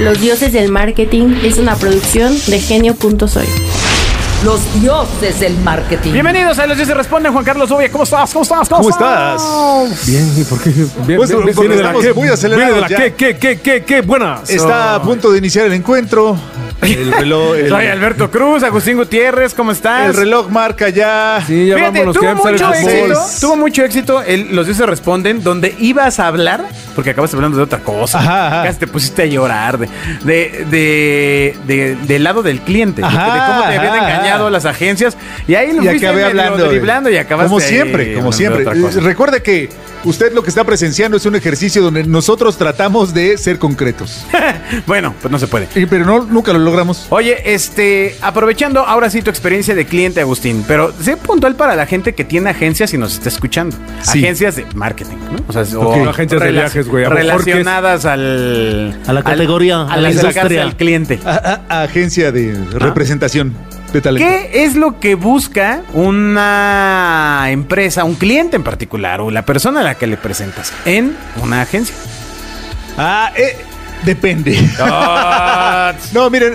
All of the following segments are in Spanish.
Los dioses del marketing es una producción de genio.soy. Los dioses del marketing. Bienvenidos a Los Dioses Responden, Juan Carlos Obvia. ¿Cómo estás? ¿Cómo estás? ¿Cómo estás? Bien, ¿y por qué? Bien, Pues, bien, bien, porque viene de la estamos que, muy acelerados viene de la ya. que, que, que, que, que, buenas. Está a punto de iniciar el encuentro. El reloj, el, Soy Alberto Cruz, Agustín Gutiérrez, ¿cómo estás? el reloj marca ya. Sí, ya Fíjate, vámonos, que tuvo, ya mucho empezar el fútbol. éxito, fútbol. tuvo mucho éxito el Los Dioses Responden, donde ibas a hablar, porque acabas hablando de otra cosa, Ajá, ajá. casi te pusiste a llorar, de, de, de- de- del lado del cliente, de- Ajá, de cómo te habían ajá, engañado ajá. las agencias, y ahí lo Y fuiste acabé medio hablando. de- driblando y acabaste Como ahí siempre, como hablando de siempre. otra cosa. Recuerde que usted lo que está presenciando es un ejercicio donde nosotros tratamos de ser concretos. bueno, pues no se puede. Y- Pero no, nunca lo logramos. Oye, este, aprovechando ahora sí tu experiencia de cliente, Agustín, pero sé puntual para la gente que tiene agencias y nos está escuchando. Sí. Agencias de marketing, ¿no? O sea, Ok, agencias de viajes, güey, a lo mejor que es- Relacionadas al... A la categoría, al- a A la la industria. sacarse al cliente. A- a- agencia de representación de talento. ah, ¿Qué es lo que busca una empresa, un cliente en particular, o la persona a la que le presentas en una agencia? Ah, eh, depende. no, miren,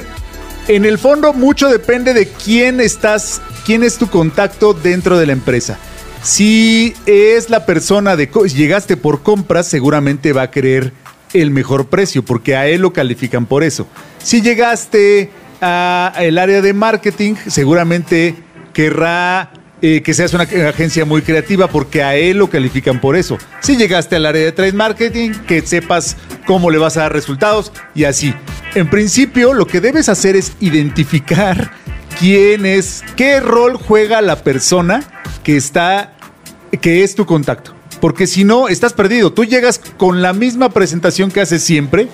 en el fondo mucho depende de quién estás, quién es tu contacto dentro de la empresa. Si es la persona de co- llegaste por compras, seguramente va a querer el mejor precio, porque a él lo califican por eso. Si llegaste a el área de marketing, seguramente querrá eh, que seas una agencia muy creativa porque a él lo califican por eso. Si llegaste al área de trade marketing, que sepas cómo le vas a dar resultados y así. En principio, lo que debes hacer es identificar quién es, qué rol juega la persona que está, que es tu contacto. Porque si no, estás perdido. Tú llegas con la misma presentación que haces siempre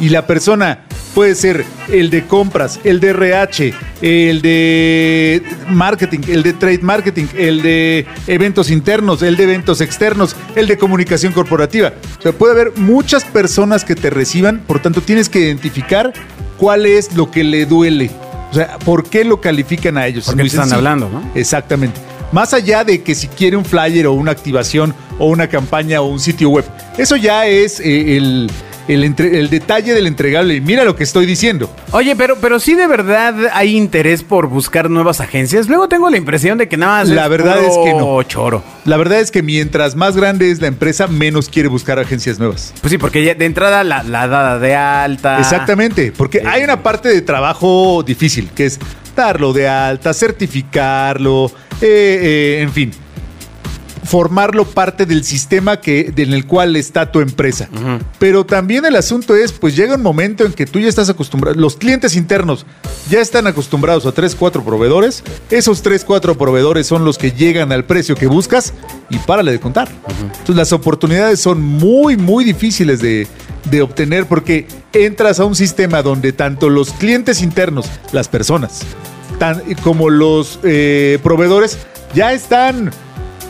y la persona puede ser el de compras, el de RH, el de marketing, el de trade marketing, el de eventos internos, el de eventos externos, el de comunicación corporativa. O sea, puede haber muchas personas que te reciban, por tanto tienes que identificar cuál es lo que le duele. O sea, ¿por qué lo califican a ellos? ¿Por qué Muy te están sencillo. hablando, no? Exactamente. Más allá de que si quiere un flyer o una activación o una campaña o un sitio web. Eso ya es eh, el, el entre- el detalle del entregable. Y Mira lo que estoy diciendo. Oye, pero, pero sí de verdad hay interés por buscar nuevas agencias. Luego tengo la impresión de que nada más La verdad es que puro no. choro. La verdad es que mientras más grande es la empresa, menos quiere buscar agencias nuevas. Pues sí, porque ya de entrada la, la dada de alta. Exactamente, porque Ah. Sí. hay una parte de trabajo difícil, que es darlo de alta, certificarlo, eh, eh, en fin, formarlo parte del sistema que, en el cual está tu empresa. Pero también el asunto es, pues llega un momento en que tú ya estás acostumbrado, los clientes internos ya están acostumbrados a 3, 4 proveedores, esos 3, 4 proveedores son los que llegan al precio que buscas y párale de contar. Entonces las oportunidades son muy, muy difíciles de, de obtener porque entras a un sistema donde tanto los clientes internos, las personas, tan- como los eh, proveedores ya están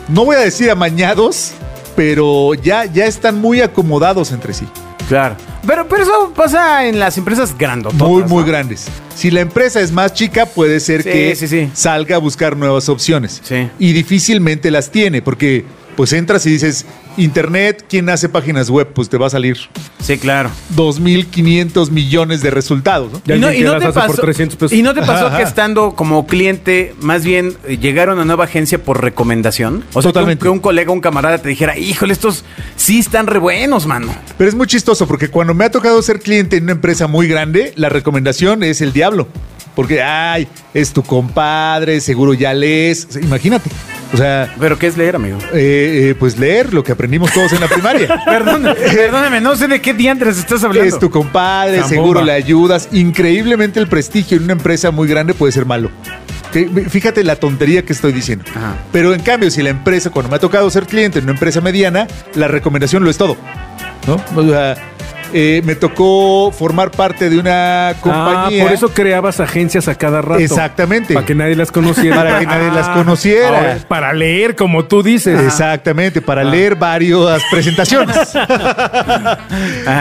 no voy a decir amañados, pero ya, ya están muy acomodados entre sí. Claro. Pero, pero eso pasa en las empresas grandototas. Muy, muy ¿no? grandes. Si la empresa es más chica, puede ser Sí, que sí, sí. salga a buscar nuevas opciones. Sí. Y difícilmente las tiene, porque pues entras y dices, Internet, ¿quién hace páginas web? Pues te va a salir Sí, claro. 2.500 millones de resultados. ¿no? Y alguien que las hace por 300 pesos. y no te pasó que estando como cliente, más bien eh, llegaron a nueva agencia por recomendación. O sea, que un- Totalmente. Que, un, colega, un camarada te dijera, híjole, estos sí están re buenos, mano. Pero es muy chistoso porque cuando me ha tocado ser cliente en una empresa muy grande, la recomendación es el diablo. Porque, ay, es tu compadre, seguro ya lees. O sea, Imagínate. O sea, Pero ¿qué es leer, amigo? eh, eh, pues leer lo que aprendimos todos en la primaria. Perdón, perdóname, no sé de qué diantres estás hablando. Es tu compadre, Zambomba. seguro le ayudas. Increíblemente el prestigio en una empresa muy grande puede ser malo. Que- Fíjate la tontería que estoy diciendo. Ajá. Pero en cambio, si la empresa, cuando me ha tocado ser cliente en una empresa mediana, la recomendación lo es todo. ¿No? O sea, eh, me tocó formar parte de una compañía. Ah, por eso creabas agencias a cada rato. Exactamente. Para que nadie las conociera. Para que nadie las Ah, conociera. ahora, para leer, como tú dices. Exactamente, para Ah. leer varias presentaciones.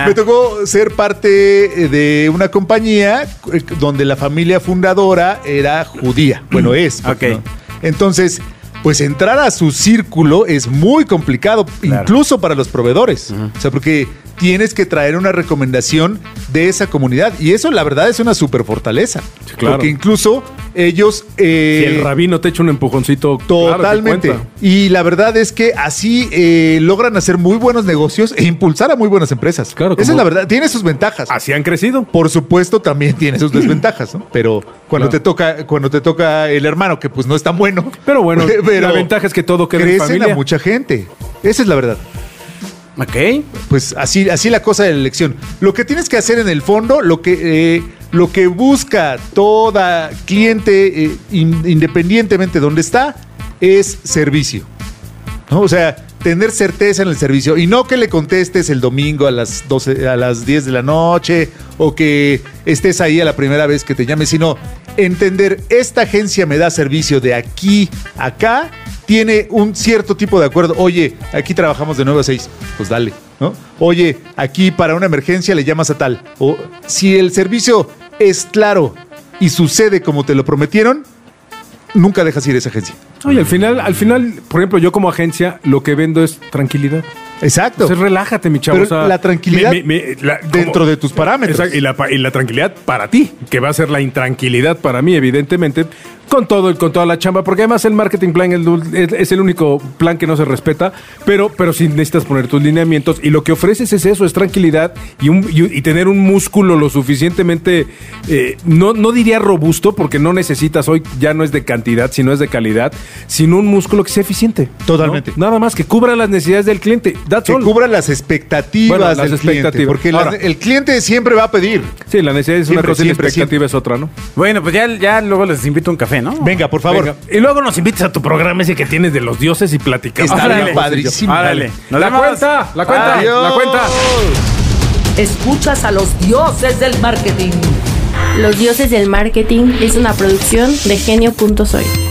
Me tocó ser parte eh, de una compañía eh, Mm, donde la familia fundadora era judía. Bueno, es. porque Ok. no. Entonces, pues entrar a su círculo es muy complicado, incluso para los proveedores. O sea, porque tienes que traer una recomendación de esa comunidad. Y eso, la verdad, es una super fortaleza. Sí, claro. Porque incluso ellos. eh, Si el rabino te echa un empujoncito. claro que Totalmente. cuenta. y la verdad es que así eh, logran hacer muy buenos negocios e impulsar a muy buenas empresas. Claro, Esa es como- la verdad. Tiene sus ventajas. Así han crecido. Por supuesto, también tiene sus desventajas, ¿no? Pero cuando te Claro. toca, cuando te toca el hermano, que pues no es tan bueno. Pero bueno, la ventaja es que todo queda en crecen a familia. mucha gente. Esa es la verdad. Ok. Pues así, así la cosa de la elección. Lo que tienes que hacer en el fondo, lo que, eh, lo que busca toda cliente, eh, in- independientemente de dónde está, es servicio. ¿no? O sea, tener certeza en el servicio y no que le contestes el domingo a las 12, a las 10 de la noche o que estés ahí a la primera vez que te llame, sino entender esta agencia me da servicio de aquí a acá, tiene un cierto tipo de acuerdo. Oye, aquí trabajamos de 9 a 6, pues dale, ¿no? Oye, aquí para una emergencia le llamas a tal. O si el servicio es claro y sucede como te lo prometieron, nunca dejas ir a esa agencia. No, y al final, al final, por ejemplo, yo como agencia lo que vendo es tranquilidad. Exacto. Entonces relájate, mi chavo. Pero o sea, la tranquilidad la- dentro de tus parámetros. Exacto, y, la, pa- y la tranquilidad para ti, que va a ser la intranquilidad para mí, evidentemente, con todo y con toda la chamba, porque además el marketing plan el dul- es, es el único plan que no se respeta, pero, pero sí necesitas poner tus lineamientos y lo que ofreces es eso, es tranquilidad y, un- y, y tener un músculo lo suficientemente, eh, no, no diría robusto, porque no necesitas hoy, ya no es de cantidad, sino es de calidad, sino un músculo que sea eficiente. ¿no? Totalmente. Nada más, que cubra las necesidades del cliente. That's que all. cubra las expectativas Bueno, las del cliente. expectativas. Porque la- Ahora. el cliente siempre va a pedir. Sí, la necesidad es Siempre, una cosa y la siempre, expectativa es otra, ¿no? Bueno, pues ya, ya luego les invito un café, ¿no? Venga, por favor. Venga, Y luego nos invitas a tu programa ese que tienes de los dioses y platicamos. Está Órale. bien padrísimo. Árale. Nos La vemos. cuenta, la cuenta, Adiós. la cuenta. Escuchas a los dioses del marketing. Los dioses del marketing es una producción de genio.soy.